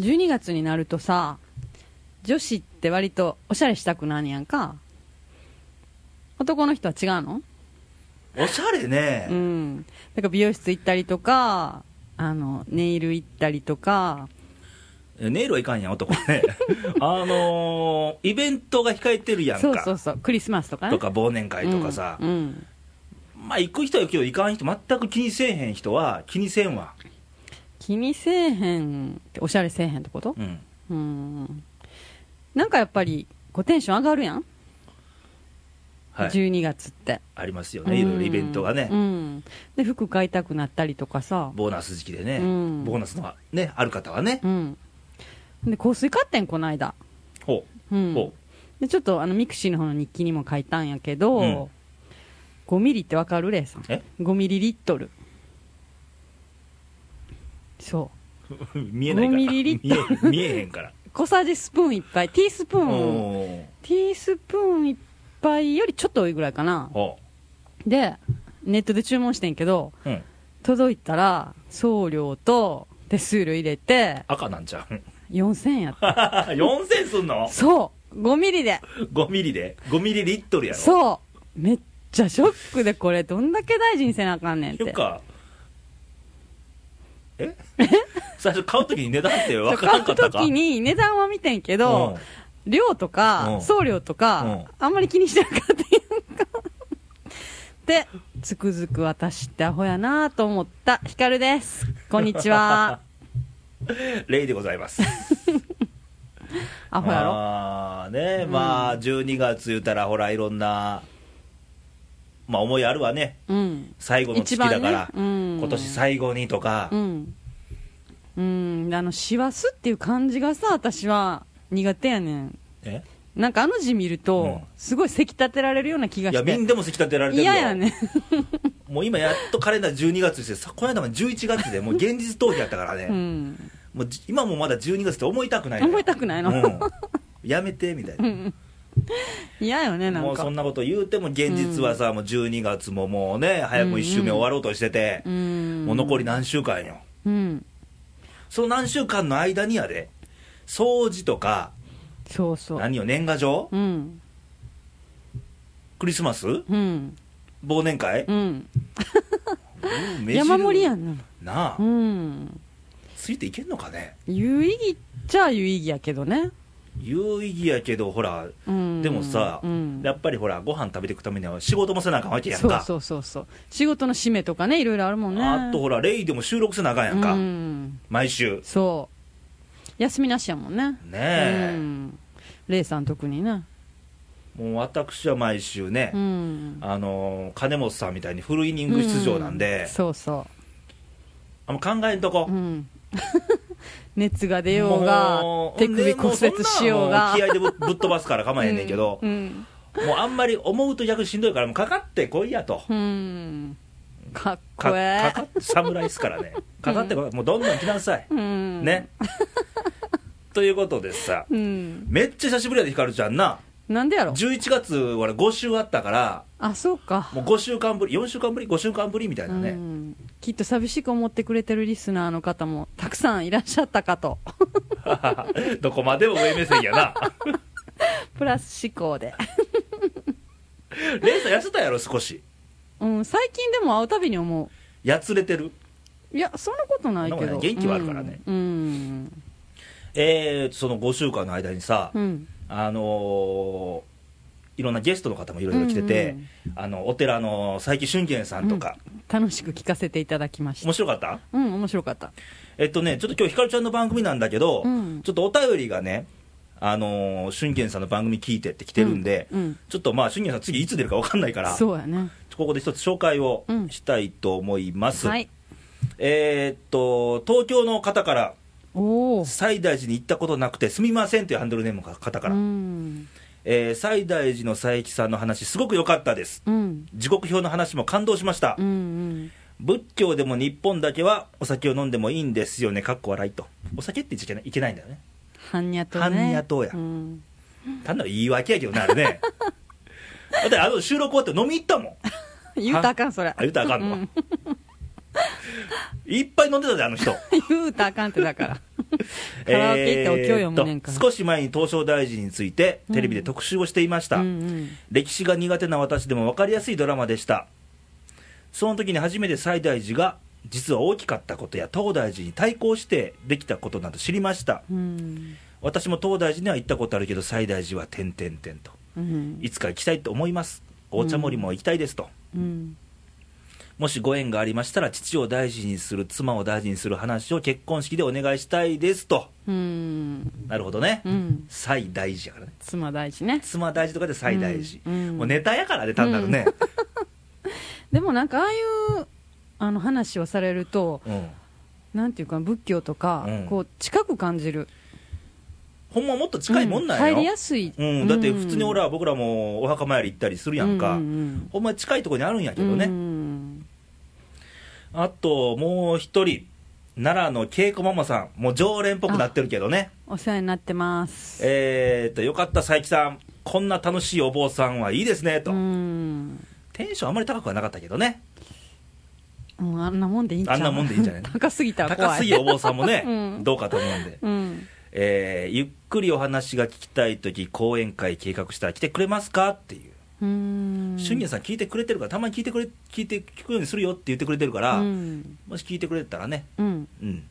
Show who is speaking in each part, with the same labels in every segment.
Speaker 1: 12月になるとさ、女子って割とおしゃれしたくなんやんか。男の人は違うの
Speaker 2: おしゃれね、
Speaker 1: うん。だから美容室行ったりとか、あの、ネイル行ったりとか、
Speaker 2: ネイルはいかんやん、男 はね。あのーイベントが控えてるやんか。
Speaker 1: そうそうそう、クリスマスとかね。
Speaker 2: とか忘年会とかさ、
Speaker 1: うん。うん
Speaker 2: まあ行く人は行くけど行かん人全く気にせえへん人は気にせんわ、
Speaker 1: 気にせえへんって、おしゃれせえへんってこと
Speaker 2: うん、
Speaker 1: うん。なんかやっぱり、こうテンション上がるやん、
Speaker 2: はい
Speaker 1: 12月って。
Speaker 2: ありますよねいろいろイベントがね、
Speaker 1: うんうんで服買いたくなったりとかさ
Speaker 2: ボーナス時期でね、
Speaker 1: うん
Speaker 2: ボーナスのはねある方はね、
Speaker 1: うんで香水買ってんこの間
Speaker 2: ほ
Speaker 1: う
Speaker 2: うん ほ
Speaker 1: でちょっとあのミクシーの方の日記にも書いたんやけど、
Speaker 2: うん
Speaker 1: 5ミリってわかるレイさん
Speaker 2: え
Speaker 1: 5ミリリットルそう
Speaker 2: 見えないから
Speaker 1: 5ミリリット
Speaker 2: 見え見えへん から
Speaker 1: う小さじスプーン1杯ティースプーン
Speaker 2: おー
Speaker 1: ティースプーン1杯よりちょっと多いぐらいかな
Speaker 2: ほ
Speaker 1: でネットで注文してんけど
Speaker 2: う、うん、
Speaker 1: 届いたら送料と手数料入れて
Speaker 2: 赤なんちゃう
Speaker 1: 4000円やった
Speaker 2: 4000すんの
Speaker 1: そう5ミリで
Speaker 2: 5ミリで5ミリリットルやろう
Speaker 1: そうめっちゃショックでこれどんだけ大事にせなあかんねんって
Speaker 2: ていうか え最初買う時に値段って分から
Speaker 1: 買
Speaker 2: ん
Speaker 1: う
Speaker 2: かったか
Speaker 1: 時に値段は見てんけ
Speaker 2: うん
Speaker 1: ど、量と
Speaker 2: う
Speaker 1: か
Speaker 2: ん
Speaker 1: 送料とか、あんまり気にしてなかったやんかでつくづく私ってアホやなと思ったヒカルですこんにち は
Speaker 2: レイでございます。
Speaker 1: アホやろ
Speaker 2: あーね、
Speaker 1: うん
Speaker 2: まあ、12月言うたら、ほら、いろんな、まあ、思いあるわね。
Speaker 1: うん
Speaker 2: 最後の月
Speaker 1: 一
Speaker 2: だ
Speaker 1: 番
Speaker 2: か
Speaker 1: ね
Speaker 2: ら、
Speaker 1: うん
Speaker 2: 今年最後にとか、
Speaker 1: うんうんあの師走っていう感じがさ私は苦手やねん
Speaker 2: え
Speaker 1: なんかあの字見ると、
Speaker 2: うん
Speaker 1: すごいせき立てられるような気が
Speaker 2: いや、
Speaker 1: し
Speaker 2: みん
Speaker 1: て
Speaker 2: でもせき立てられてるよ。
Speaker 1: 嫌やね
Speaker 2: もう今、やっとカレンダー12月にして、さこの間まで11月で、もう現実逃避やったからね、
Speaker 1: うん
Speaker 2: もうじ今もまだ12月って思いたくないのよ
Speaker 1: 思いたくないの
Speaker 2: うんやめてみたいな。
Speaker 1: 嫌よねな
Speaker 2: も
Speaker 1: ん
Speaker 2: う
Speaker 1: か
Speaker 2: そんなこと言うても、現実はさ、もう12月ももうね、早く1週目終わろうとしてて、
Speaker 1: うん
Speaker 2: もう残り何週間よ。
Speaker 1: うん
Speaker 2: その何週間の間にやで、掃除とか、
Speaker 1: そうそう
Speaker 2: 何よ、年賀状、
Speaker 1: うん
Speaker 2: クリスマス、
Speaker 1: うん
Speaker 2: 忘年会
Speaker 1: う、ん
Speaker 2: うん飯
Speaker 1: 山盛りやんな
Speaker 2: なあ
Speaker 1: う、ん
Speaker 2: ついていけんのかね、
Speaker 1: 有意義っちゃ有意義やけどね、
Speaker 2: 有意義やけど、ほら、
Speaker 1: うん、
Speaker 2: でもさ、
Speaker 1: うん、
Speaker 2: やっぱりほら、ご飯食べていくためには仕事もせなあかんわけやん
Speaker 1: そう
Speaker 2: か、
Speaker 1: そうそうそう仕事の使命とかねいろいろあるもんね
Speaker 2: あとほら、レイでも収録せなあかんやんか、
Speaker 1: うん、
Speaker 2: 毎週。
Speaker 1: そう休みなしやもんね
Speaker 2: ねえ、
Speaker 1: うん、レイさん特にね
Speaker 2: もう私は毎週ね、
Speaker 1: うん
Speaker 2: あのー金本さんみたいにフルイニング出場なんで、
Speaker 1: うそうそ
Speaker 2: あんま考えんとこ
Speaker 1: う、う、 ん、熱が出ようが
Speaker 2: もう
Speaker 1: 手首骨折しようが
Speaker 2: ほんでもうそんなんもう気合でぶぶっ飛ばすから構えへんねんけど、
Speaker 1: うん
Speaker 2: もうあんまり思うと逆にしんどいから、もうかかってこいやと。
Speaker 1: うんかっこ
Speaker 2: か
Speaker 1: え
Speaker 2: かかって侍ですからね。かかってこい。もうどんどん来なさい。
Speaker 1: えうん
Speaker 2: ね。ということでさ、
Speaker 1: うん
Speaker 2: めっちゃ久しぶりやで、ひかるちゃんな。
Speaker 1: なんでやろ
Speaker 2: 11月、俺5週あったから、
Speaker 1: あそうか
Speaker 2: もう5週間ぶり、4週間ぶり、5週間ぶりみたいうなね。
Speaker 1: んきっと寂しく思ってくれてるリスナーの方もたくさんいらっしゃったか と
Speaker 2: どこまでも上目線やな。
Speaker 1: プラス思考で、
Speaker 2: レイさん、痩せたやろ、少し。
Speaker 1: うん、最近でも会うたびに思
Speaker 2: やつれてる。
Speaker 1: ういやそんなことないけ
Speaker 2: そんな
Speaker 1: ど
Speaker 2: ことない元気はあるからね
Speaker 1: うん
Speaker 2: えー、その5週間の間にさ、
Speaker 1: うん、うん
Speaker 2: あのーいろんなゲストの方もいろいろ来てて、あのお寺の佐伯俊賢さんとか、
Speaker 1: 楽しく聞かせていただきました
Speaker 2: 面白かった
Speaker 1: うん面白かった
Speaker 2: えっとねちょっと今日ひかるちゃんの番組なんだけど、
Speaker 1: うん
Speaker 2: ちょっとお便りがねあのー俊賢さんの番組聞いてって来てるんで、
Speaker 1: うんうん
Speaker 2: ちょっとまあ俊賢さん次いつ出るか分かんないからこ
Speaker 1: そうやね
Speaker 2: こで一つ紹介をしたいと思います、
Speaker 1: はい
Speaker 2: えーっと東京の方から
Speaker 1: おお
Speaker 2: 西大寺に行ったことなくてすみませんというハンドルネームの方から、
Speaker 1: うん
Speaker 2: えー西大寺の佐伯さんの話すごく良かったです
Speaker 1: うん
Speaker 2: 時刻表の話も感動しました、
Speaker 1: うんうん
Speaker 2: 仏教でも日本だけはお酒を飲んでもいいんですよねかっこ笑いとお酒って言っちゃいけないいけないんだよね
Speaker 1: 般若とね
Speaker 2: 般若とや
Speaker 1: うん、
Speaker 2: 単なる言い訳やけどねあれ ねだってあの収録終わって飲み行ったもん
Speaker 1: 言うたらあかんそれ
Speaker 2: あ言うたらあかんの
Speaker 1: う
Speaker 2: かいっぱい飲んでたであの人
Speaker 1: 言うたらあかんってだからカラオケ行ってお経読むねん
Speaker 2: え
Speaker 1: か
Speaker 2: ーっと少し前に東証大臣についてテレビで特集をしていました、
Speaker 1: うんうん
Speaker 2: 歴史が苦手な私でも分かりやすいドラマでしたその時に初めて西大寺が実は大きかったことや東大寺に対抗してできたことなど知りました
Speaker 1: うん
Speaker 2: 私も東大寺には行ったことあるけど西大寺は点々点と
Speaker 1: うん
Speaker 2: いつか行きたいと思います大茶盛りも行きたいですと、
Speaker 1: うん
Speaker 2: もしご縁がありましたら父を大事にする妻を大事にする話を結婚式でお願いしたいですと
Speaker 1: うん
Speaker 2: なるほどね、
Speaker 1: うん
Speaker 2: 最大事やからね
Speaker 1: 妻大事ね
Speaker 2: 妻大事とかで最大事、
Speaker 1: うんうん
Speaker 2: もうネタやからね単なるね、
Speaker 1: でもなんかああいうあの話をされると
Speaker 2: うん
Speaker 1: なんていうか仏教とか、
Speaker 2: うん
Speaker 1: こう近く感じる
Speaker 2: ほんまもっと近いもんなん
Speaker 1: う
Speaker 2: よ、
Speaker 1: 入りやすい、
Speaker 2: うん、だって普通に俺ら僕らもお墓参り行ったりするやんか、
Speaker 1: ううん
Speaker 2: ほんま近いとこにあるんやけ
Speaker 1: う
Speaker 2: ど
Speaker 1: ん
Speaker 2: ね、
Speaker 1: うん
Speaker 2: あともう一人奈良の恵子ママさんもう常連っぽくなってるけどね
Speaker 1: お世話になってます
Speaker 2: えー、っとよかった佐伯さんこんな楽しいお坊さんはいいですねと、
Speaker 1: うん、
Speaker 2: テンションあまり高くはなかったけどね
Speaker 1: うん、あんなもんでいいんちゃう
Speaker 2: あんなもんでいいんじゃない
Speaker 1: 高すぎたら怖い
Speaker 2: 高すぎるお坊さんも ね、
Speaker 1: うん
Speaker 2: どうかと思うんで、
Speaker 1: うん
Speaker 2: えーゆっくりお話が聞きたい時講演会計画したら来てくれますかっていう
Speaker 1: うん
Speaker 2: 俊也さん聞いてくれてるからたまに聞いてくれ聞いて聞くようにするよって言ってくれてるから、
Speaker 1: うん
Speaker 2: もし聞いてくれてたらね
Speaker 1: うん
Speaker 2: うん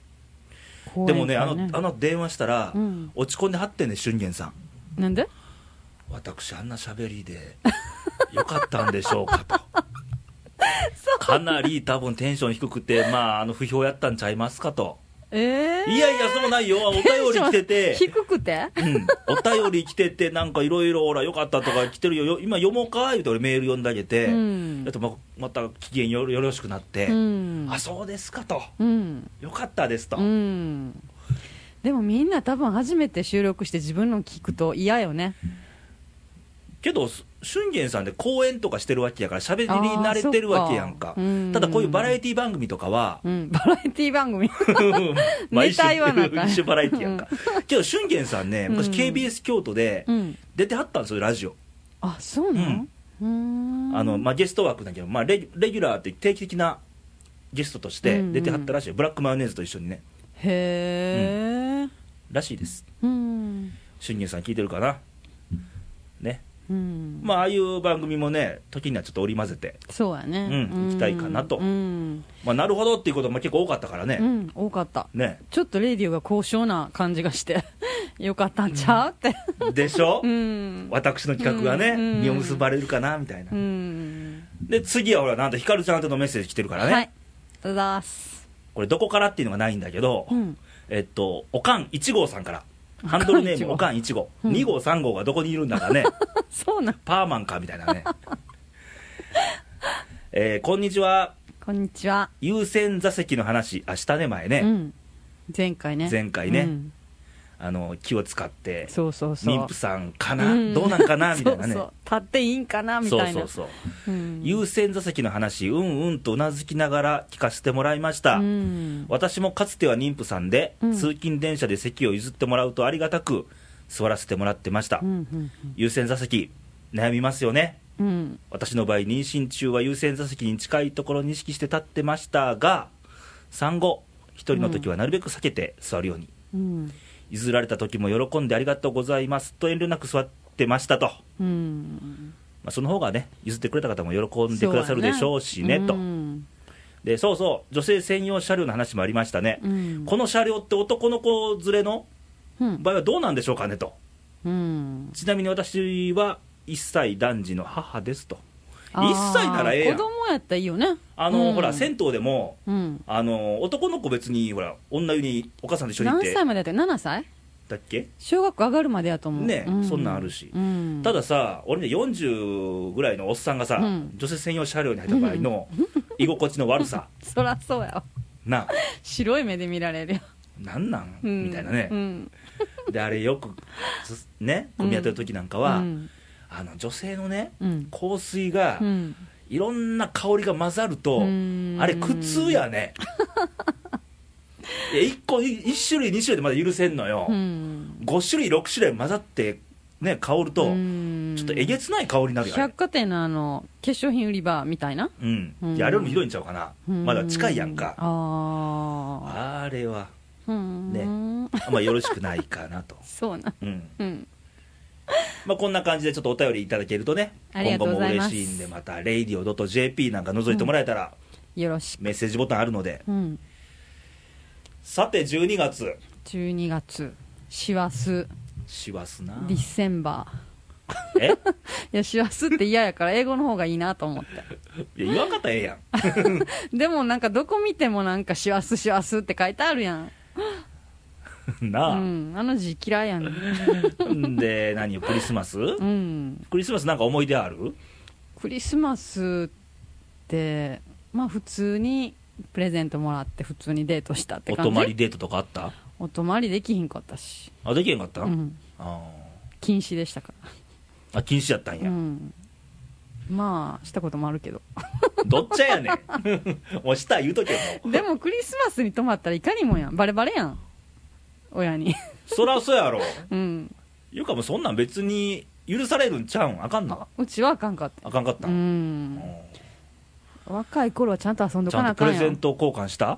Speaker 1: 怖
Speaker 2: で
Speaker 1: い
Speaker 2: もね
Speaker 1: か
Speaker 2: あ
Speaker 1: ら
Speaker 2: のあの電話したら、
Speaker 1: うん
Speaker 2: 落ち込んではってんね俊玄さん
Speaker 1: なんで
Speaker 2: 私あんな喋りで よかったんでしょうかとかなり多分テンション低くてまああの不評やったんちゃいますかと
Speaker 1: ええ
Speaker 2: いやいやそうないよお便り来てて
Speaker 1: 低くて
Speaker 2: うん、お便り来てて、なんかいろいろ、ほら、よかったとか来てるよよ、今読もうか言うて、俺、メール読んであげて、
Speaker 1: うん
Speaker 2: あとままた機嫌よよろしくなって、
Speaker 1: うん
Speaker 2: あそうですかと、
Speaker 1: うん
Speaker 2: よかったですと、
Speaker 1: うんでもみんな多分初めて収録して自分の聞くと嫌よね
Speaker 2: けど、す俊玄さんで講演とかしてるわけやから、喋り慣れてるわけやん
Speaker 1: あーそ
Speaker 2: か
Speaker 1: っかうん、
Speaker 2: ただこういうバラエティ番組と かは、
Speaker 1: うんバラエティ番 組ネ
Speaker 2: 毎週
Speaker 1: タ言わなあかん
Speaker 2: 一緒バラエティやんか、けど、俊玄さんね、昔、
Speaker 1: うん
Speaker 2: KBS 京都で
Speaker 1: うん
Speaker 2: 出てはったんですよ、ラジオ。
Speaker 1: あそうなのうーん
Speaker 2: あのまあ、ゲスト枠だけど、まあ、レギュレギュラーって定期的なゲストとして出てはったらしい、ブラックマヨネーズと一緒にね
Speaker 1: へえ
Speaker 2: らしいです
Speaker 1: うん
Speaker 2: 俊玄さん聞いてるかなね
Speaker 1: うん
Speaker 2: まあああいう番組もね時にはちょっと織り交ぜて、
Speaker 1: そうやね
Speaker 2: うん行きたいかなと
Speaker 1: うん
Speaker 2: まあ、なるほどっていうことも結構多かったから
Speaker 1: う
Speaker 2: ね、
Speaker 1: ん多かった
Speaker 2: ね
Speaker 1: ちょっとレディオが高尚な感じがして よかったんちゃうって
Speaker 2: で しょ、
Speaker 1: うん
Speaker 2: 私の企画が
Speaker 1: う
Speaker 2: ね、
Speaker 1: んうん
Speaker 2: 実を結ばれるかなみたいな、
Speaker 1: うん
Speaker 2: で次はほらなんとひかるちゃんとのメッセージ来てるからね、
Speaker 1: はいありがとうございます
Speaker 2: これどこからっていうのがないんだけど、
Speaker 1: うん
Speaker 2: えっとおかん1号さんからハンドルネーム
Speaker 1: お
Speaker 2: お
Speaker 1: か
Speaker 2: かん1号、
Speaker 1: うん
Speaker 2: 2号3号がどこにいるんだか ね
Speaker 1: そうなん
Speaker 2: パーマンかみたいなねえーこんにちは
Speaker 1: こんにちは
Speaker 2: 優先座席の話明日ね前ね、
Speaker 1: うん前回ね
Speaker 2: 前回ね
Speaker 1: うん
Speaker 2: あの気を使って
Speaker 1: そうそうそう
Speaker 2: 妊婦さんかな、
Speaker 1: うん
Speaker 2: どうなんかなみたいなね
Speaker 1: そうそう立っていいんかなみたいな
Speaker 2: そうそうそう
Speaker 1: うん
Speaker 2: 優先座席の話うんうんとうなずきながら聞かせてもらいました、
Speaker 1: うん
Speaker 2: 私もかつては妊婦さんで、
Speaker 1: うん
Speaker 2: 通勤電車で席を譲ってもらうとありがたく座らせてもらってました、
Speaker 1: うんうん
Speaker 2: 優先座席悩みますよね
Speaker 1: うんうん
Speaker 2: 私の場合妊娠中は優先座席に近いところに意識して立ってましたが産後一人の時はなるべく避けて座るように、
Speaker 1: うん
Speaker 2: 譲られた時も喜んでありがとうございますと遠慮なく座ってましたと、ま
Speaker 1: うん
Speaker 2: あ、その方がね譲ってくれた方も喜んでくださるでしょうしね
Speaker 1: そや
Speaker 2: と
Speaker 1: うん
Speaker 2: でそうそう女性専用車両の話もありましたね、
Speaker 1: うん
Speaker 2: この車両って男の子連れの
Speaker 1: うん
Speaker 2: 場合はどうなんでしょうかねと
Speaker 1: うん
Speaker 2: ちなみに私は1歳男児の母ですと
Speaker 1: あー
Speaker 2: 1歳ならええやん
Speaker 1: 子供やったらいいよね
Speaker 2: あの、
Speaker 1: うん
Speaker 2: ほら銭湯でも
Speaker 1: うん
Speaker 2: あの男の子別にほら女湯にお母さんと一緒に行っ
Speaker 1: 何
Speaker 2: て
Speaker 1: 歳までやったっけ7歳
Speaker 2: だっけ
Speaker 1: 小学校上がるまでやと思う
Speaker 2: ね
Speaker 1: う
Speaker 2: そんなんあるし
Speaker 1: うん
Speaker 2: たださ俺ね40ぐらいのおっさんがさ、
Speaker 1: うん
Speaker 2: 女性専用車両に入った場合の居心地の 悪さ
Speaker 1: そらそうやわ
Speaker 2: な
Speaker 1: 白い目で見られるよ、
Speaker 2: なんなん、
Speaker 1: うん
Speaker 2: みたいなね
Speaker 1: う、ん
Speaker 2: であれよくすね組み合ってる時なんかは、
Speaker 1: うん
Speaker 2: あの女性のね
Speaker 1: うん
Speaker 2: 香水が、
Speaker 1: うん
Speaker 2: いろんな香りが混ざると、
Speaker 1: うん
Speaker 2: あれ苦痛やねいや一個い一種類二種類でまだ許せんのよ、
Speaker 1: うん
Speaker 2: 五5種類6種類混ざってね香ると、
Speaker 1: うん
Speaker 2: ちょっとえげつない香りになるよね
Speaker 1: 百貨店のあの化粧品売り場みたいな
Speaker 2: うん、
Speaker 1: うん
Speaker 2: いやあれよりもひどいんちゃうかな、
Speaker 1: うん
Speaker 2: まだ近いやんか、
Speaker 1: あ
Speaker 2: あれは
Speaker 1: うんね
Speaker 2: あんまよろしくないかなと
Speaker 1: そうなん
Speaker 2: うん
Speaker 1: うん
Speaker 2: まあ、こんな感じでちょっとお便りいただけるとね
Speaker 1: ありがと
Speaker 2: 今後
Speaker 1: う
Speaker 2: も
Speaker 1: ござい
Speaker 2: 嬉
Speaker 1: ます
Speaker 2: しいんでまた「radio.jp」なんか覗いてもらえたら、
Speaker 1: よろしく
Speaker 2: メッセージボタンあるので
Speaker 1: うん
Speaker 2: さて12月
Speaker 1: 12月師走
Speaker 2: 師走な
Speaker 1: ディセンバ
Speaker 2: えい
Speaker 1: ーいや師走って嫌やから英語の方がいいなと思って
Speaker 2: や言わんかったらええやん
Speaker 1: でもなんかどこ見てもなんか「師走師走」って書いてあるやんう
Speaker 2: なあ、
Speaker 1: んあの字嫌いやん
Speaker 2: ん、で何よクリスマス、
Speaker 1: うん
Speaker 2: クリスマスなんか思い出ある
Speaker 1: クリスマスってまあ普通にプレゼントもらって普通にデートしたって
Speaker 2: お
Speaker 1: 感じ
Speaker 2: 泊まりデートとかあった
Speaker 1: お泊まりできひんかったし、
Speaker 2: あできへんかった、
Speaker 1: うん、
Speaker 2: あ
Speaker 1: 禁止でしたか
Speaker 2: ーあ禁止やったん
Speaker 1: ら、う
Speaker 2: や、
Speaker 1: ん、まあしたこともあるけど
Speaker 2: どっちゃやねん もうした言うとけもう
Speaker 1: でもクリスマスに泊まったらいかにもやんバレバレやん親に
Speaker 2: そらそうやろ
Speaker 1: うん
Speaker 2: ゆかもそんなん別に許されるんちゃうんあかんな
Speaker 1: うちはあかんかった
Speaker 2: あかんかった、
Speaker 1: う
Speaker 2: うん
Speaker 1: ん若い頃はちゃんと遊んど
Speaker 2: ちゃ
Speaker 1: か
Speaker 2: ん
Speaker 1: なあ
Speaker 2: と
Speaker 1: か
Speaker 2: プレ
Speaker 1: んや
Speaker 2: ゼン
Speaker 1: ん
Speaker 2: ト交換した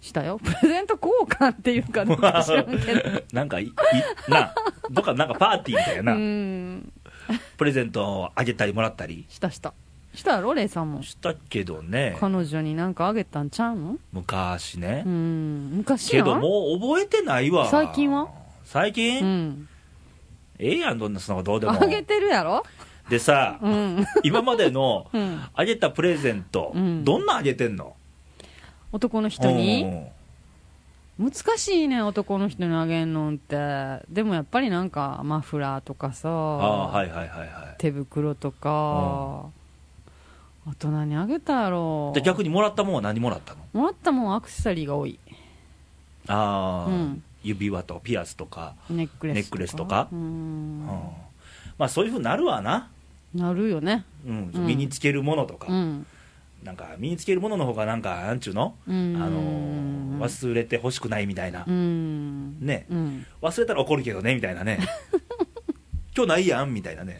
Speaker 1: したよ プレゼント交換っていう かどうか知らんけど
Speaker 2: なんかいいなどっかなんかパーティーみたいな、
Speaker 1: うん
Speaker 2: プレゼントをあげたりもらったり
Speaker 1: したしたしたやろレイさんも
Speaker 2: したけどね
Speaker 1: 彼女になんかあげたんちゃうの
Speaker 2: 昔ね、
Speaker 1: うん昔
Speaker 2: け
Speaker 1: やん
Speaker 2: どもう覚えてないわ
Speaker 1: 最近は
Speaker 2: 最
Speaker 1: う
Speaker 2: 近、
Speaker 1: ん
Speaker 2: ええやんどんなそんなことどう
Speaker 1: あ
Speaker 2: でも
Speaker 1: げてるやろ
Speaker 2: で さ、
Speaker 1: うん
Speaker 2: 今までの
Speaker 1: うん
Speaker 2: あげたプレゼント、
Speaker 1: うん
Speaker 2: どんなあげてんの
Speaker 1: 男の人
Speaker 2: うんう
Speaker 1: に
Speaker 2: んうん
Speaker 1: 難しいね男の人にあげんのんってでもやっぱりなんかマフラーとかさ
Speaker 2: ああはいはいはいは
Speaker 1: 手袋とかあと何あげたやろ
Speaker 2: いで逆にもらったもんは何もらったの
Speaker 1: もらったもんアクセサリーが多い
Speaker 2: ああ、
Speaker 1: うん
Speaker 2: 指輪とピアスとか、
Speaker 1: ネックレス
Speaker 2: ネックレスとか
Speaker 1: う
Speaker 2: うん
Speaker 1: ん
Speaker 2: まあそういうふうになるわな、
Speaker 1: なるよね
Speaker 2: うん
Speaker 1: うん
Speaker 2: 身につけるものとか、
Speaker 1: うん
Speaker 2: なんか身につけるものの方がなんかなんちゅうの、
Speaker 1: あ
Speaker 2: あのー忘れてほしくないみたいな、
Speaker 1: うん
Speaker 2: ね
Speaker 1: うん
Speaker 2: 忘れたら怒るけどねみたいなね今日ないやんみたいなね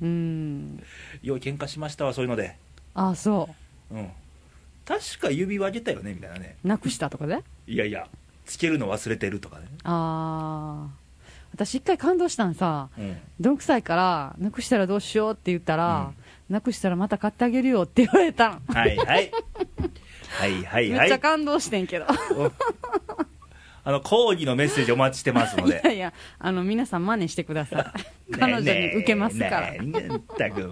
Speaker 1: うん
Speaker 2: よう喧嘩しましたわそういうので
Speaker 1: あそ
Speaker 2: うん確か指輪あげたよねみたいなね
Speaker 1: うなくしたとかで
Speaker 2: いやいやつけるの忘れてるとかね
Speaker 1: ああ私一回感動したんさ
Speaker 2: うん
Speaker 1: どんくさいからなくしたらどうしようって言ったら、なくしたらまた買ってあげるよって言われたの、
Speaker 2: はいはいはいはい
Speaker 1: め
Speaker 2: は
Speaker 1: っちゃ
Speaker 2: い
Speaker 1: 感動してんけど
Speaker 2: うんあの抗議のメッセージお待ちしてますの
Speaker 1: い
Speaker 2: で
Speaker 1: やいやあの皆さん真似してください彼女に受けますから、
Speaker 2: ねえねえねえったく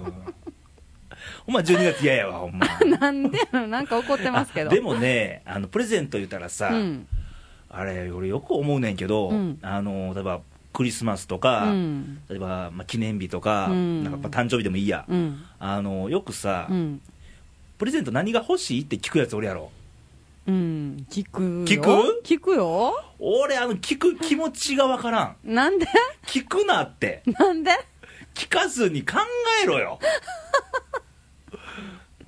Speaker 2: お前12月嫌やわほんま
Speaker 1: なんでなのなんか怒ってますけど
Speaker 2: あでもねあのプレゼント言ったらさ、
Speaker 1: うん
Speaker 2: あれ俺よく思うねんけど、
Speaker 1: うん
Speaker 2: あの例えばクリスマスとか、
Speaker 1: うん
Speaker 2: 例えば、まあ、記念日とか,、
Speaker 1: うん
Speaker 2: なんかやっぱ誕生日でもいいや、
Speaker 1: うん
Speaker 2: あのよくさ、
Speaker 1: うん
Speaker 2: プレゼント何が欲しいって聞くやつ俺やろ
Speaker 1: うん聞くよ
Speaker 2: 聞く
Speaker 1: 聞くよ
Speaker 2: 俺あの聞く気持ちがわからん
Speaker 1: なんで
Speaker 2: 聞くなって
Speaker 1: なんで
Speaker 2: 聞かずに考え ろよ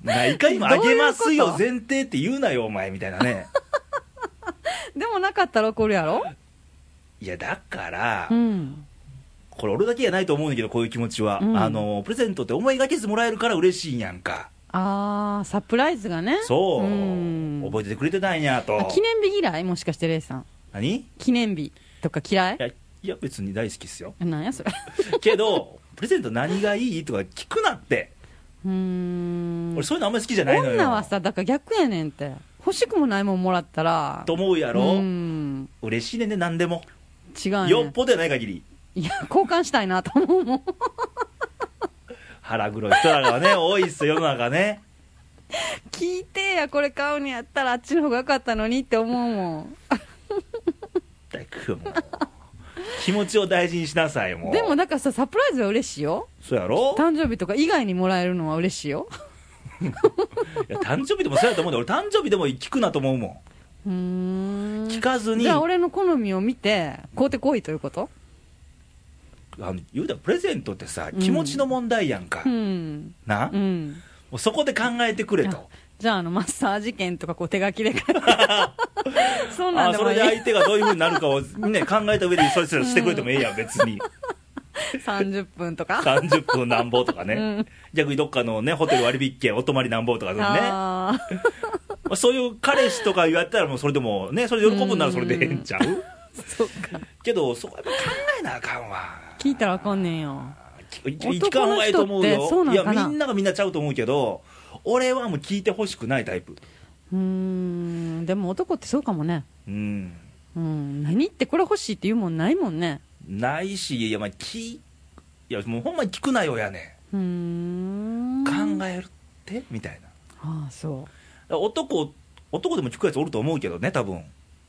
Speaker 2: ないか今あげますよ
Speaker 1: どう
Speaker 2: 前提って言うなよお前みたい なね
Speaker 1: でもなかったら怒るやろ
Speaker 2: いやだから、
Speaker 1: うん
Speaker 2: これ俺だけじゃないと思うんだけどこういう気持ちは、
Speaker 1: うん
Speaker 2: あのプレゼントって思いがけずもらえるから嬉しいんやんか
Speaker 1: ああサプライズがね
Speaker 2: そう、
Speaker 1: ん
Speaker 2: 覚えててくれてたんやと
Speaker 1: あ記念日嫌いもしかしてレイさん
Speaker 2: 何い
Speaker 1: 記念日とか嫌い
Speaker 2: やいや別に大好きっすよ
Speaker 1: なんやそれ
Speaker 2: けどプレゼント何がいいとか聞くなって、
Speaker 1: うーん
Speaker 2: 俺そういうのあんまり好きじゃないのよ
Speaker 1: 女はさだから逆やねんって欲しくもないもんもらったら
Speaker 2: と思うや
Speaker 1: う
Speaker 2: ろ、
Speaker 1: ーん
Speaker 2: 嬉しいねんね何でも、
Speaker 1: 違うね
Speaker 2: よっぽどやない限り
Speaker 1: いや交換したいなと思うもん
Speaker 2: 腹黒い人ら がね多いっすよ世の中ね
Speaker 1: 聞いてやこれ買うのやったらあっちの方が良かったのにって思うもん
Speaker 2: だくもう気持ちを大事にしなさいもう
Speaker 1: でもだからさサプライズは嬉しいよ
Speaker 2: そうやろ
Speaker 1: 誕生日とか以外にもらえるのは嬉しいよ
Speaker 2: いや誕生日でもそうやと思うんだよ俺誕生日でも聞くなと思うもん
Speaker 1: うーん
Speaker 2: 聞かずに
Speaker 1: じゃあ俺の好みを見てこうてこいということ
Speaker 2: あの言うたらプレゼントってさ
Speaker 1: うん
Speaker 2: 気持ちの問題やんか、
Speaker 1: うん
Speaker 2: な、
Speaker 1: う
Speaker 2: も
Speaker 1: ん
Speaker 2: うそこで考えてくれと
Speaker 1: じゃああのマッサージ券とかこう手書きで書いて そうな
Speaker 2: あ
Speaker 1: ん
Speaker 2: ー
Speaker 1: で
Speaker 2: そ
Speaker 1: もい
Speaker 2: れ
Speaker 1: い
Speaker 2: で相手がどういうふうになる かを、ね、考えた上でそれすらしてくれてもええやん別に
Speaker 1: 30分とか
Speaker 2: 30分なんぼとかね、
Speaker 1: うん
Speaker 2: 逆にどっかのねホテル割引券お泊まりなんぼとかね
Speaker 1: あー
Speaker 2: あそういう彼氏とか言われたらもうそれでもねそれ喜ぶんならそれでええんちゃう
Speaker 1: そうか
Speaker 2: けどそこはやっぱ考えなあかんわ
Speaker 1: 聞いたらあかんねんよ
Speaker 2: き聞かん方がいいと思うよ
Speaker 1: 男の
Speaker 2: い
Speaker 1: 人ってそ
Speaker 2: や
Speaker 1: うなんかな
Speaker 2: みんながみんなちゃうと思うけど俺はもう聞いてほしくないタイプ
Speaker 1: うーんでも男ってそうかもね
Speaker 2: うん
Speaker 1: うん何ってこれ欲しいって言うもんないもんね
Speaker 2: ないしいやまあ聞いやもうほんまに聞くなよやね
Speaker 1: うーん
Speaker 2: ん考
Speaker 1: え
Speaker 2: えるってみたい
Speaker 1: ああそ
Speaker 2: な男男でも聞くやつおると思うけどね多分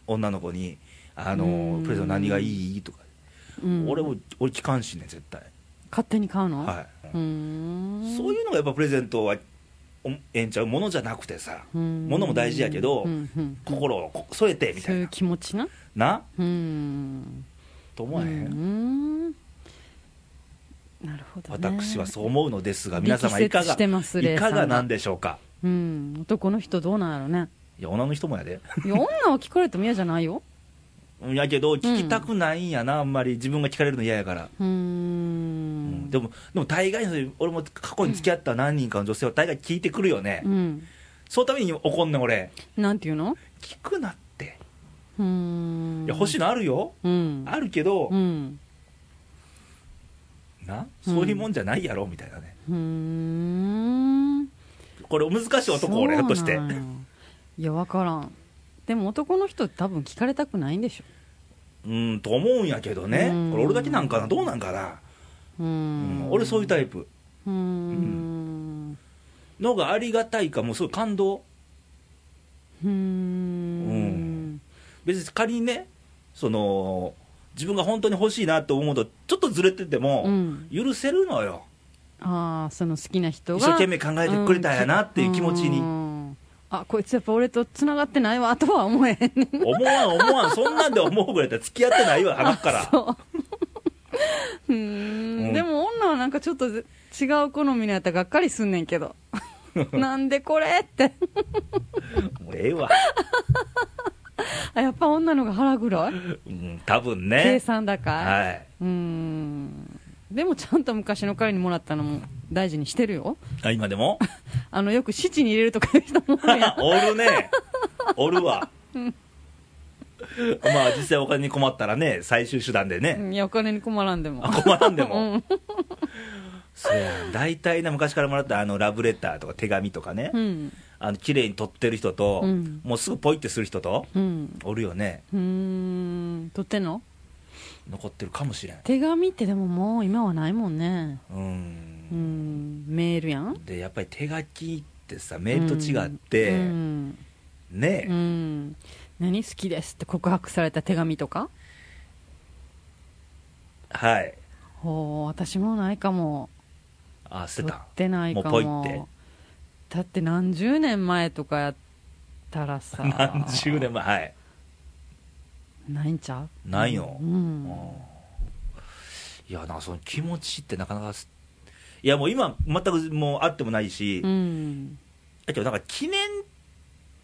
Speaker 2: 女の子に「あの
Speaker 1: うん
Speaker 2: プレゼント何がいい?」とか、
Speaker 1: う、うん、
Speaker 2: 俺も俺聞かんしね絶対
Speaker 1: 勝手に買うの、
Speaker 2: は
Speaker 1: うー
Speaker 2: い、
Speaker 1: ん
Speaker 2: そう
Speaker 1: い
Speaker 2: いうのがやっぱプレゼントはおええんちゃうものじゃなくてさ
Speaker 1: うも
Speaker 2: 物も大事やけど心をこ添えてみ
Speaker 1: そ
Speaker 2: た
Speaker 1: う
Speaker 2: い
Speaker 1: いう
Speaker 2: な
Speaker 1: 気持ちな
Speaker 2: な
Speaker 1: うーん
Speaker 2: と思わへ
Speaker 1: うー
Speaker 2: ん
Speaker 1: んなるほど、ね、
Speaker 2: 私はそう思うのですが皆様いか
Speaker 1: 力説
Speaker 2: が
Speaker 1: してます
Speaker 2: いかがなん
Speaker 1: で
Speaker 2: でしょうか
Speaker 1: うん男の人どうなんやろね
Speaker 2: いや女の人もやで
Speaker 1: いや女は聞かれても嫌じゃないよ
Speaker 2: うんやけど聞きたくないんやな、あんまり自分が聞かれるの嫌やから、
Speaker 1: うー
Speaker 2: うん
Speaker 1: ん
Speaker 2: でもでも大概の人俺も過去に付き合った何人かの女性は大概聞いてくるよね、
Speaker 1: うん
Speaker 2: そのために怒んねん俺
Speaker 1: なんていうの
Speaker 2: 聞くなって
Speaker 1: うーん
Speaker 2: いや欲しいのあるよ、
Speaker 1: うん
Speaker 2: あるけど、
Speaker 1: うん
Speaker 2: なそういうもんじゃないやろみたいなね
Speaker 1: うーん
Speaker 2: これ難しい男俺ひょっとして
Speaker 1: そうなんよいや分からんでも男の人って多分聞かれたくないんでしょ
Speaker 2: うんと思うんやけどね
Speaker 1: うん
Speaker 2: これ俺だけなんかなどうなんかな、
Speaker 1: うー
Speaker 2: うん
Speaker 1: ん
Speaker 2: 俺そういうタ
Speaker 1: イ
Speaker 2: イプ
Speaker 1: プうーん
Speaker 2: の方がありがたいかもうすごい感動
Speaker 1: うーん
Speaker 2: 別に仮にねその自分が本当に欲しいなと思うとちょっとずれてても、
Speaker 1: うん
Speaker 2: 許せるのよ
Speaker 1: ああその好きな人が
Speaker 2: 一生懸命考えてくれたんやなっていう気持ちに、
Speaker 1: にあこいつやっぱ俺とつながってないわとは思えへんね
Speaker 2: 思わん思わんそんなんで思うぐらいだったら付き合ってないわ鼻から
Speaker 1: そううー
Speaker 2: うんん
Speaker 1: でも女はなんかちょっとぜ違う好みのやったらがっかりすんねんけ どなんでこれって
Speaker 2: もうええわ、
Speaker 1: あやっぱ女の方が腹黒い
Speaker 2: うん、多分
Speaker 1: 計
Speaker 2: ね
Speaker 1: 算高い、
Speaker 2: は
Speaker 1: うーんでもちゃんと昔の彼にもらったのも大事にしてるよ
Speaker 2: いあ今でも
Speaker 1: あのよく七に入れるとかいう人もお るやん
Speaker 2: おるねおるわまあ実際お金に困ったらね最終手段でね、
Speaker 1: うんいやお金に困らんでも
Speaker 2: あ困らんで
Speaker 1: う
Speaker 2: も、
Speaker 1: ん
Speaker 2: そうやん大体な昔からもらったあのラブレターとか手紙とかね、
Speaker 1: うん
Speaker 2: あの綺麗に撮ってる人と、
Speaker 1: うん
Speaker 2: もうすぐポイってする人と
Speaker 1: うん
Speaker 2: おるよね
Speaker 1: うーんとってんの
Speaker 2: 残ってるかもしれん
Speaker 1: 手紙ってでももう今はないもんね
Speaker 2: う
Speaker 1: うんんメールやん
Speaker 2: でやっぱり手書きってさメールと違って、
Speaker 1: うん
Speaker 2: ね、
Speaker 1: うん何好きですって告白された手紙とか
Speaker 2: はい
Speaker 1: ほう私もないかも
Speaker 2: あ捨
Speaker 1: 取
Speaker 2: て
Speaker 1: ったてないかも
Speaker 2: もうポイって
Speaker 1: だって何十年前とかやったらさ
Speaker 2: 何十年前はい
Speaker 1: ないんちゃう
Speaker 2: ないよ
Speaker 1: う
Speaker 2: うん
Speaker 1: ん
Speaker 2: いやなんかその気持ちってなかなかすいやもう今全くもうあってもないし、
Speaker 1: う
Speaker 2: だ
Speaker 1: ん
Speaker 2: けどなんか記念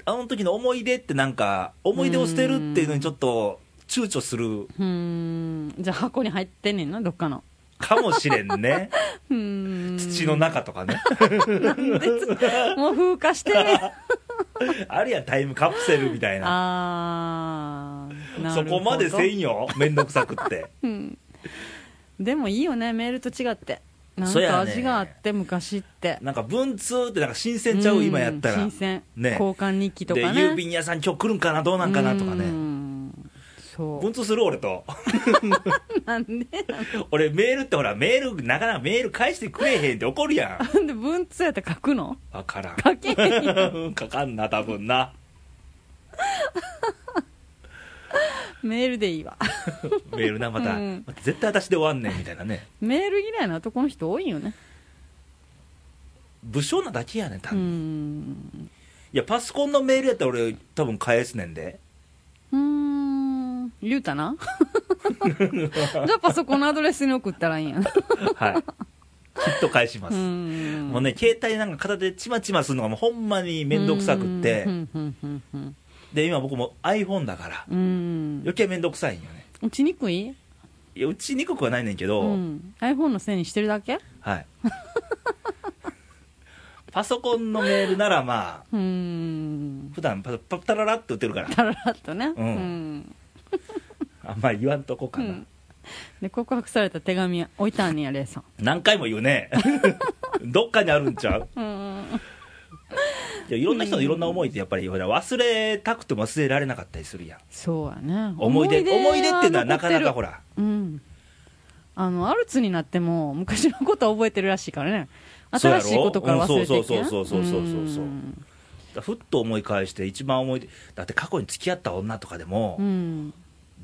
Speaker 2: あの時の思い出ってなんか思い出を捨てるっていうのにちょっと躊躇する
Speaker 1: うんじゃあ箱に入ってんねんなどっかの
Speaker 2: かもしれんね
Speaker 1: うん
Speaker 2: 土の中とか ね
Speaker 1: なんでつ もう風化して る
Speaker 2: あるやんタイムカプセルみたいな
Speaker 1: あーなる
Speaker 2: そ
Speaker 1: ほど
Speaker 2: こまでせんよ面倒くさくって
Speaker 1: うんでもいいよねメールと違ってなんか
Speaker 2: そやね
Speaker 1: 味があって昔って
Speaker 2: なんか文通ってなんか新鮮ちゃう、
Speaker 1: うん
Speaker 2: 今やったら
Speaker 1: 新鮮、
Speaker 2: ね
Speaker 1: 交換日記とかね
Speaker 2: で郵便屋さん今日来るんかなどうなんかなとか
Speaker 1: う
Speaker 2: ね
Speaker 1: んそ
Speaker 2: 文通する俺と
Speaker 1: うなんで
Speaker 2: 俺メールってほらメールなかなかメール返してくれへんって怒 るやん
Speaker 1: なんで文通やったら書くの
Speaker 2: 分からん
Speaker 1: 書けへん
Speaker 2: かかんな多分な
Speaker 1: メールでいいわ
Speaker 2: メールなまた、
Speaker 1: うん
Speaker 2: また絶対私で終わんねんみたいなね
Speaker 1: メール嫌いな男の人多いよね
Speaker 2: 武将なだけやねん多
Speaker 1: う
Speaker 2: 分、い
Speaker 1: ん
Speaker 2: やパソコンのメールやったら俺多分返すね んで
Speaker 1: うーん言うた なじゃあパソコンのアドレスに送ったらいいん やな
Speaker 2: はいきっと返しま
Speaker 1: う
Speaker 2: す、
Speaker 1: ん
Speaker 2: もうね携帯なんか片手でちまちまするのがもうほんまに面倒くさくって、
Speaker 1: うんうんうんうん
Speaker 2: で今僕も iPhone だから
Speaker 1: うん
Speaker 2: 余計面倒くさいんよね
Speaker 1: 打ちにくい
Speaker 2: いやうちにくくはないねんけ
Speaker 1: う
Speaker 2: ど、
Speaker 1: ん iPhone のせいにしてるだけ
Speaker 2: はい。パソコンのメールならまあ
Speaker 1: うーん
Speaker 2: 普段パパタララって打ってるから
Speaker 1: だらっとね
Speaker 2: う
Speaker 1: うんん、
Speaker 2: あんまり言わんとこかな、
Speaker 1: うんで告白された手紙置いたんやレイさん
Speaker 2: 何回も言うね どっかにあるんちゃう
Speaker 1: うーん
Speaker 2: いやいろんな人のいろんな思いってやっぱりほら忘れたくても忘れられなかったりするやん
Speaker 1: そうやね
Speaker 2: 思い出思い出ってのは
Speaker 1: 残
Speaker 2: な
Speaker 1: って
Speaker 2: か
Speaker 1: る
Speaker 2: なかほら
Speaker 1: うんあのアルツになっても昔のことは覚えてるらしいからね新しいことから忘れていくやん
Speaker 2: そうやろうんそうそうそうそうそうそう
Speaker 1: うん
Speaker 2: ふっと思い返して一番思い出だって過去に付き合った女とかでも、
Speaker 1: うん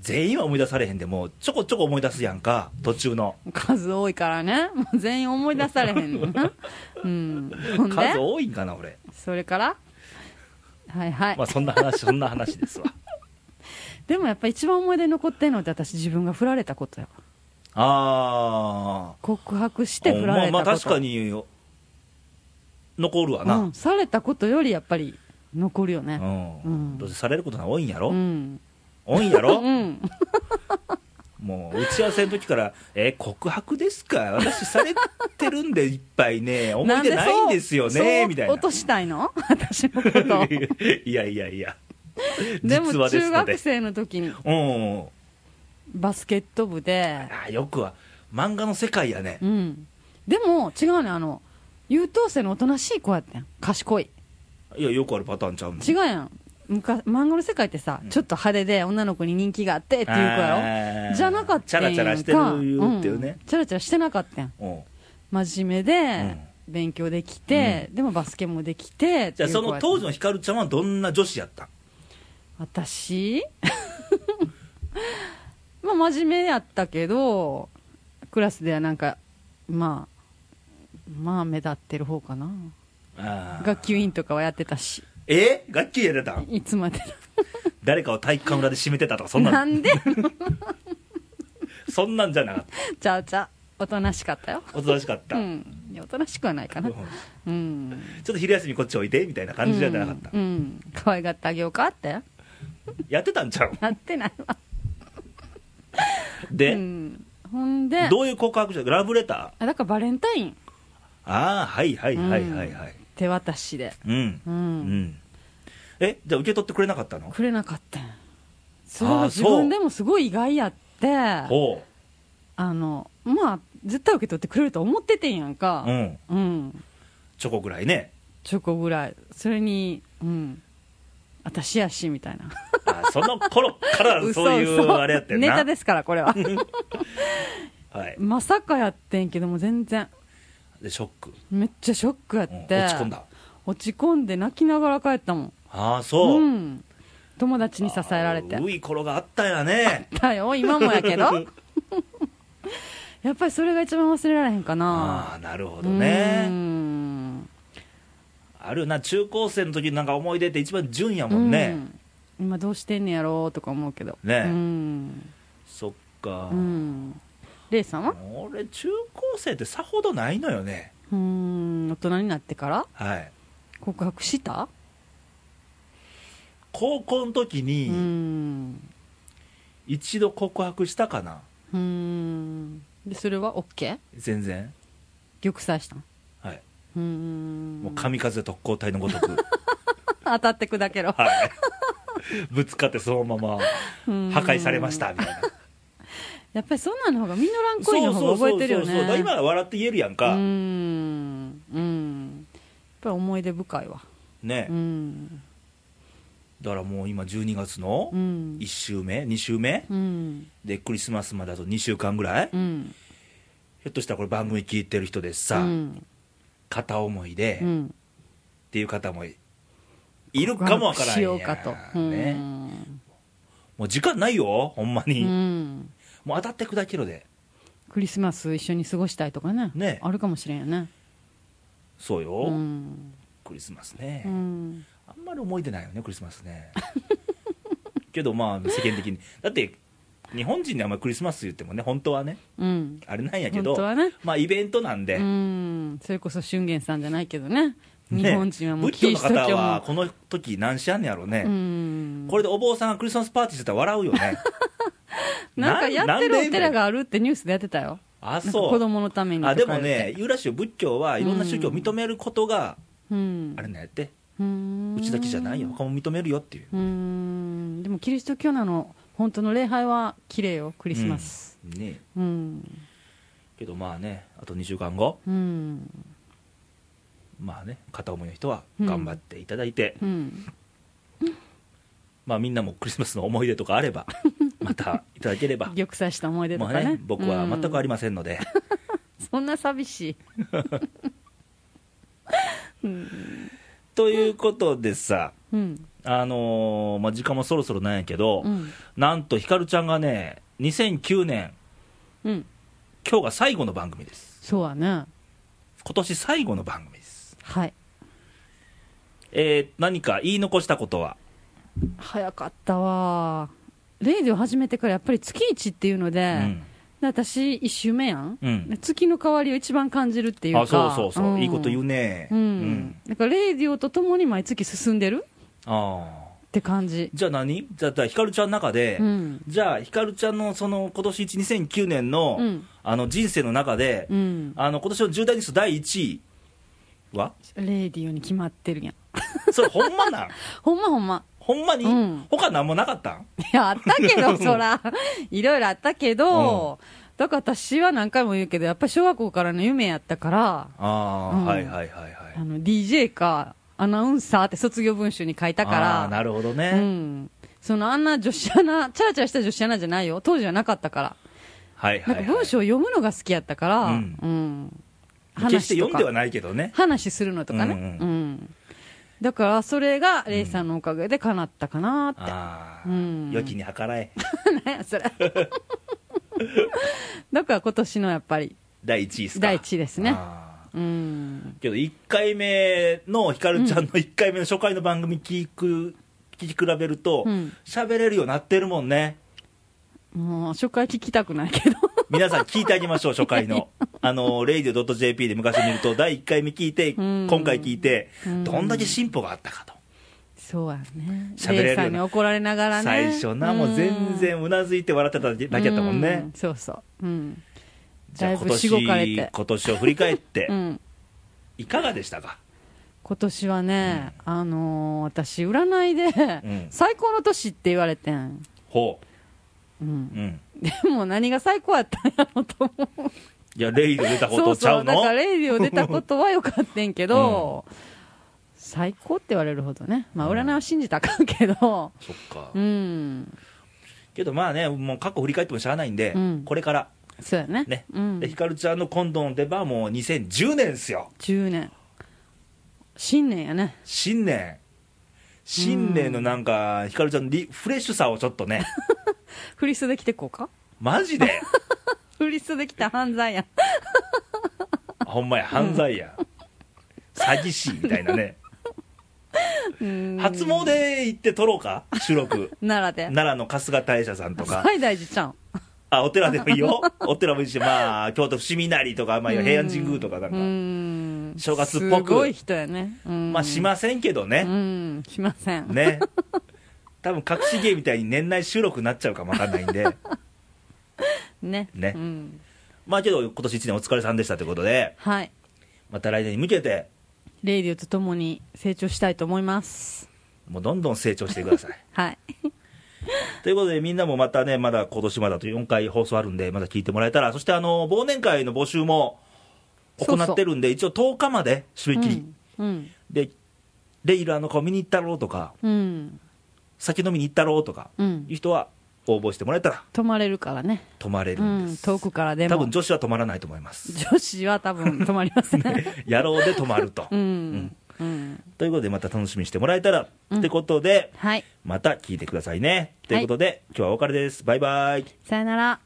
Speaker 2: 全員は思い出されへんでもちょこちょこ思い出すやんか途中の
Speaker 1: 数多いからねもう全員思い出されへんのなうんほんで
Speaker 2: 数多いんかな俺、
Speaker 1: それからはいはい、
Speaker 2: まあそん な話そんな話ですわ
Speaker 1: でもやっぱ一番思い出に残ってんのって私自分が振られたことやわ
Speaker 2: あ
Speaker 1: 告白し
Speaker 2: あ
Speaker 1: て振られたこと
Speaker 2: まあまあ確かに残るわな、
Speaker 1: うん、されたことよりやっぱり残るよ
Speaker 2: う
Speaker 1: ね
Speaker 2: ん
Speaker 1: うん
Speaker 2: どうせされることが多いんやろ、
Speaker 1: うん
Speaker 2: 多いんやろ、
Speaker 1: うん
Speaker 2: もう打ち合わせの時から「え告白ですか私されてるんでいっぱ いね思い出ないんですよ
Speaker 1: なで
Speaker 2: ね」
Speaker 1: そう
Speaker 2: みた
Speaker 1: そう
Speaker 2: いな
Speaker 1: 落としたいの 私のこと を
Speaker 2: いやいやいや
Speaker 1: で
Speaker 2: 実
Speaker 1: も
Speaker 2: 話です
Speaker 1: 中
Speaker 2: ので
Speaker 1: 学生の時に
Speaker 2: うん
Speaker 1: バスケット部で
Speaker 2: あよくは漫画の世界やね
Speaker 1: うんでも違うねあの優等生のおとなしい子やったやん賢い
Speaker 2: いやよくあるパターンちゃうの
Speaker 1: 違うやん昔漫画の世界ってさ、
Speaker 2: うん
Speaker 1: ちょっと派手で女の子に人気があってっていう子やろじゃなかった
Speaker 2: チャ
Speaker 1: んや
Speaker 2: ラ
Speaker 1: んか
Speaker 2: チャラしてるっていうね
Speaker 1: ん、チャラチャラしてなかったやん
Speaker 2: うん
Speaker 1: 真面目で、勉強できて、でもバスケもできてって
Speaker 2: じ
Speaker 1: い
Speaker 2: ゃあ
Speaker 1: う
Speaker 2: そ
Speaker 1: 子や
Speaker 2: の
Speaker 1: った
Speaker 2: 当時のひかるちゃんはどんな女子やった
Speaker 1: 私 まあ真面目やったけどクラスではなんかまあまあ目立ってる方かな
Speaker 2: あー
Speaker 1: 学級委員とかはやってたし
Speaker 2: え学級やれたん
Speaker 1: いつまで
Speaker 2: 誰かを体育館裏で締めてたとかそ
Speaker 1: なん
Speaker 2: な
Speaker 1: なんんで
Speaker 2: そんなんじゃなかっ
Speaker 1: ちゃうちゃうおとなしかったよ
Speaker 2: たおとなしかった、
Speaker 1: う
Speaker 2: うん
Speaker 1: んいやおとなしくはないか
Speaker 2: ち
Speaker 1: な
Speaker 2: ょ
Speaker 1: うん
Speaker 2: っと昼休みこっちおいでみたいな感じじゃなかった、
Speaker 1: うん、うん可愛がってあげようかって
Speaker 2: やってたんちゃう
Speaker 1: なってないわ
Speaker 2: で、
Speaker 1: うん、ほんで
Speaker 2: どういう告白したラブレタ
Speaker 1: あだからバレンタイン
Speaker 2: ーああはいはいはいはいはい
Speaker 1: 手渡しで
Speaker 2: うん
Speaker 1: う
Speaker 2: うん、
Speaker 1: ん、
Speaker 2: えじゃあ受け取ってくれなかったの
Speaker 1: くれなかったんそれ
Speaker 2: あ
Speaker 1: が
Speaker 2: ー
Speaker 1: 自
Speaker 2: そう
Speaker 1: 分でもすごい意外やってあ
Speaker 2: ほ
Speaker 1: のまあ絶対受け取ってくれると思っててんやん
Speaker 2: うう
Speaker 1: か
Speaker 2: ん
Speaker 1: うん、
Speaker 2: チョコぐらいね
Speaker 1: チョコぐらいそれにうん私やしみたいな
Speaker 2: あーその頃から そうい
Speaker 1: 嘘
Speaker 2: う
Speaker 1: 嘘
Speaker 2: あれやってんな
Speaker 1: ネタですからこれ は
Speaker 2: はい、
Speaker 1: まさかやってんけども全然
Speaker 2: でショック、
Speaker 1: めっちゃショックやっ
Speaker 2: うん
Speaker 1: て、
Speaker 2: 落ち込んだ
Speaker 1: 落ち込んで泣きながら帰ったもん
Speaker 2: ああそう、
Speaker 1: ん、友達に支えられて
Speaker 2: あーうい頃があったんやね
Speaker 1: だよ今もやけ どやっぱりそれが一番忘れられへんかな
Speaker 2: ああなるほ
Speaker 1: う
Speaker 2: ど
Speaker 1: ー
Speaker 2: ね
Speaker 1: ん
Speaker 2: あるよな中高生の時なんか思い出って一番純やもんね、
Speaker 1: うん今どうしてんねやろうとか思うけど
Speaker 2: ね
Speaker 1: うん
Speaker 2: そっか、
Speaker 1: うんレイさんは
Speaker 2: 俺中高生ってさほどないのよね
Speaker 1: うーん大人になってから
Speaker 2: はい
Speaker 1: 告白した
Speaker 2: 高校の時
Speaker 1: うー
Speaker 2: に
Speaker 1: ん
Speaker 2: 一度告白したかな
Speaker 1: うーんでそれは OK?
Speaker 2: 全然
Speaker 1: 玉砕したん
Speaker 2: はいう
Speaker 1: ーん
Speaker 2: もう神風特攻隊のごと く
Speaker 1: 当たってくだけど
Speaker 2: はいぶつかってそのまま
Speaker 1: うーん
Speaker 2: 破壊されましたみたいな
Speaker 1: やっぱりそんなの方がミノランコイの方が覚えてるよね
Speaker 2: そうそうそうそう今笑って言えるやんか、
Speaker 1: うーんうんやっぱり思い出深いわ
Speaker 2: ね
Speaker 1: うん
Speaker 2: だからもう今12月の
Speaker 1: うん
Speaker 2: 1週目2週目
Speaker 1: うん
Speaker 2: でクリスマスまであと2週間ぐらい、
Speaker 1: う
Speaker 2: ひ
Speaker 1: ん
Speaker 2: ょっとしたらこれ番組聞いてる人でさ、
Speaker 1: うん
Speaker 2: 片思いで、
Speaker 1: う
Speaker 2: っ
Speaker 1: ん
Speaker 2: ていう方もいるかもわからんやん
Speaker 1: しようかとうん
Speaker 2: ね、もう時間ないよほんま
Speaker 1: う
Speaker 2: に、
Speaker 1: ん
Speaker 2: もう当たって砕けろで
Speaker 1: クリスマス一緒に過ごしたいとかね
Speaker 2: ね
Speaker 1: あるかもしれんよね
Speaker 2: そうよ、
Speaker 1: うん
Speaker 2: クリスマスね、
Speaker 1: うん
Speaker 2: あんまり思い出ないよねクリスマスね けどまあ世間的にだって日本人にあんまりクリスマス言ってもね本当はね
Speaker 1: うん
Speaker 2: あれなんやけ
Speaker 1: 本
Speaker 2: ど
Speaker 1: 当はね
Speaker 2: まあイベントなんで、
Speaker 1: うんそれこそ俊玄さんじゃないけどね
Speaker 2: ね
Speaker 1: 日本人はもう
Speaker 2: 仏教
Speaker 1: キ
Speaker 2: の
Speaker 1: リスト
Speaker 2: 方
Speaker 1: 教
Speaker 2: は
Speaker 1: も
Speaker 2: この時何しやんねやろう
Speaker 1: う
Speaker 2: ね、
Speaker 1: ん
Speaker 2: これでお坊さんがクリスマスパーティーしてたら笑うよね
Speaker 1: なんかやってるお
Speaker 2: なんでみたいな
Speaker 1: 寺があるってニュースでやってたよ
Speaker 2: あ
Speaker 1: なんか
Speaker 2: そう
Speaker 1: 子供のためにとか
Speaker 2: あで
Speaker 1: 言って
Speaker 2: もねユーラシア仏教はいろんな宗教を認めることが
Speaker 1: うん
Speaker 2: あれなんやって
Speaker 1: うん
Speaker 2: うちだけじゃないよ他も認めるよっていう
Speaker 1: うんでもキリスト教なの本当の礼拝は綺麗よクリスマス
Speaker 2: うんね
Speaker 1: うん
Speaker 2: けどまあねあと2週間後
Speaker 1: うん
Speaker 2: まあね片思いの人は頑張っていただいて、
Speaker 1: うん
Speaker 2: まあみんなもクリスマスの思い出とかあれ ばまたいただければ
Speaker 1: 玉砕した思い出と
Speaker 2: まあ
Speaker 1: かね,、
Speaker 2: ね僕は全くあ
Speaker 1: り、
Speaker 2: りませんので、
Speaker 1: そんな寂しいうん
Speaker 2: ということでさ
Speaker 1: うん
Speaker 2: あのーまあ、時間もそろそろなんやけど、
Speaker 1: うん
Speaker 2: なんとひかるちゃんがね2009年
Speaker 1: うん
Speaker 2: 今日が最後の番組です
Speaker 1: そうやね
Speaker 2: 今年最後の番組です
Speaker 1: はい
Speaker 2: えー何か言い残したことは
Speaker 1: 早かったわレイディを始めてからやっぱり月一っていうので、で私1周目やん、
Speaker 2: うん、うん、
Speaker 1: 月の変わりを一番感じるっていうか
Speaker 2: あそうそうそう、いいこと言う
Speaker 1: ね
Speaker 2: ね
Speaker 1: うん、だからレイディオと共に毎月進んでる
Speaker 2: ああ
Speaker 1: って感じ
Speaker 2: じゃあ何じゃあじゃあひかるちゃんの中で、
Speaker 1: うん
Speaker 2: じゃあひかるちゃんのその今年1 2009年の、
Speaker 1: うん
Speaker 2: あの人生の中で、
Speaker 1: うん
Speaker 2: あの今年の重大ニュース第1位は
Speaker 1: レイディオに決まってるやん
Speaker 2: それほん まなん
Speaker 1: ほんまほんま
Speaker 2: ほんまに、
Speaker 1: うん
Speaker 2: 他何もなかったん
Speaker 1: い やあったけどそらいろいろあったけど、だから私は何回も言うけどやっぱり小学校からの夢やったから
Speaker 2: ああ、
Speaker 1: うん
Speaker 2: はいはいはいはい
Speaker 1: あの DJ かアナウンサーって卒業文集に書いたから
Speaker 2: あーなるほど
Speaker 1: う
Speaker 2: ね、
Speaker 1: ん、そのあんな女子アナチャラチャラした女子アナじゃないよ当時はなかったから
Speaker 2: はいは、
Speaker 1: ないん
Speaker 2: は
Speaker 1: か
Speaker 2: い、
Speaker 1: 文章を読むのが好きやったから、
Speaker 2: うん
Speaker 1: うん
Speaker 2: 決して読んで
Speaker 1: 話と
Speaker 2: は
Speaker 1: か
Speaker 2: ないけどね
Speaker 1: 話するのとかね、
Speaker 2: う
Speaker 1: うんん
Speaker 2: うん
Speaker 1: だからそれがレイさんのおかげで叶ったかなって、
Speaker 2: ああ、
Speaker 1: うん
Speaker 2: 良きに計らえ
Speaker 1: 何やそれ だから今年のやっぱり
Speaker 2: 第1位ですか
Speaker 1: 第一位ですね
Speaker 2: あー
Speaker 1: うん
Speaker 2: けど1回目のひかるちゃんの1回目の初回の番組聞く聞き比べると
Speaker 1: うん
Speaker 2: 喋、れるようになってるもんね
Speaker 1: もう初回聞きたくないけど
Speaker 2: 皆さん聞いてあげましょう 初回のあの radio.jp で昔見ると第1回目聞いて
Speaker 1: うん
Speaker 2: 今回聞いて
Speaker 1: うん
Speaker 2: どんだけ進歩があったかと
Speaker 1: そうやね
Speaker 2: 喋れるよ
Speaker 1: レ
Speaker 2: うな
Speaker 1: イさんに怒られながらね
Speaker 2: 最初なもう全然うなずいて笑ってただけだけやったもん
Speaker 1: う
Speaker 2: ね
Speaker 1: そうそううん
Speaker 2: じゃあ
Speaker 1: だい
Speaker 2: 今
Speaker 1: ぶしごかれ
Speaker 2: 年
Speaker 1: て
Speaker 2: 今年を振り返っ て
Speaker 1: うん、
Speaker 2: いかがでしたか
Speaker 1: 今年はね、あのー私占いで、
Speaker 2: うん
Speaker 1: 最高の年って言われてん、
Speaker 2: ほ
Speaker 1: う、
Speaker 2: う、うんん、
Speaker 1: でも何が最高やったんやろと思う
Speaker 2: いやレイド出たこ
Speaker 1: そう
Speaker 2: とちゃ
Speaker 1: そうう
Speaker 2: の
Speaker 1: だからレイディオ出たことはよかったんけど、最高って言われるほどねまあ占いは信じたらあかんけ ど
Speaker 2: そっか、
Speaker 1: うん
Speaker 2: けどまあねもう過去振り返ってもしゃあないんで、
Speaker 1: うん
Speaker 2: これから
Speaker 1: そうやね
Speaker 2: ね、
Speaker 1: うん、
Speaker 2: でひかるちゃんの今度の出番はもう2010年ですよ
Speaker 1: 10年新年やね
Speaker 2: 新年新年のなんかひかるちゃんのリフレッシュさをちょっと ね
Speaker 1: フリスで来てこうか
Speaker 2: マジで
Speaker 1: フリスで来た犯罪や
Speaker 2: ほんまや犯罪や、詐欺師みたいなね
Speaker 1: うん
Speaker 2: 初詣行って撮ろうか収録
Speaker 1: 奈良で
Speaker 2: 奈良の春日大社さんとか
Speaker 1: 最大寺ちゃん
Speaker 2: あお寺でもいいよお寺もいいしまあ京都伏見稲荷とか、まあ、平安神宮とかなんか、
Speaker 1: ん
Speaker 2: 正月っぽく
Speaker 1: すごい人やね、うん
Speaker 2: まあしませんけどね、
Speaker 1: うんしません
Speaker 2: ね多分隠し芸みたいに年内収録になっちゃうかもわかんないんで
Speaker 1: ね
Speaker 2: ね
Speaker 1: うん
Speaker 2: まあけど今年1年お疲れさんでしたということで
Speaker 1: はい
Speaker 2: また来年に向けて
Speaker 1: レイディオと共に成長したいと思います
Speaker 2: もうどんどん成長してください
Speaker 1: はい
Speaker 2: ということでみんなもまたねまだ今年まだと4回放送あるんでまだ聞いてもらえたらそしてあの忘年会の募集も行ってるんで一応10日まで締め切り、
Speaker 1: うん
Speaker 2: でレイラーの顔見に行ったろうとか
Speaker 1: うん、うん
Speaker 2: 酒飲みに行ったろうとか
Speaker 1: うん
Speaker 2: いう人は応募してもらえたら
Speaker 1: 泊まれるからね、
Speaker 2: 泊まれる
Speaker 1: うん
Speaker 2: で
Speaker 1: ん、
Speaker 2: す、
Speaker 1: 遠くからで
Speaker 2: 多
Speaker 1: も
Speaker 2: 分女子は泊まらないと思い ます
Speaker 1: 女子は多分泊まりません、
Speaker 2: 野郎で泊まると、
Speaker 1: うん、うん、
Speaker 2: ということでまた楽しみにしてもらえたら、ってことで
Speaker 1: はい
Speaker 2: また聞いてくださいねということで、今日はお別れですバイバイ
Speaker 1: さよなら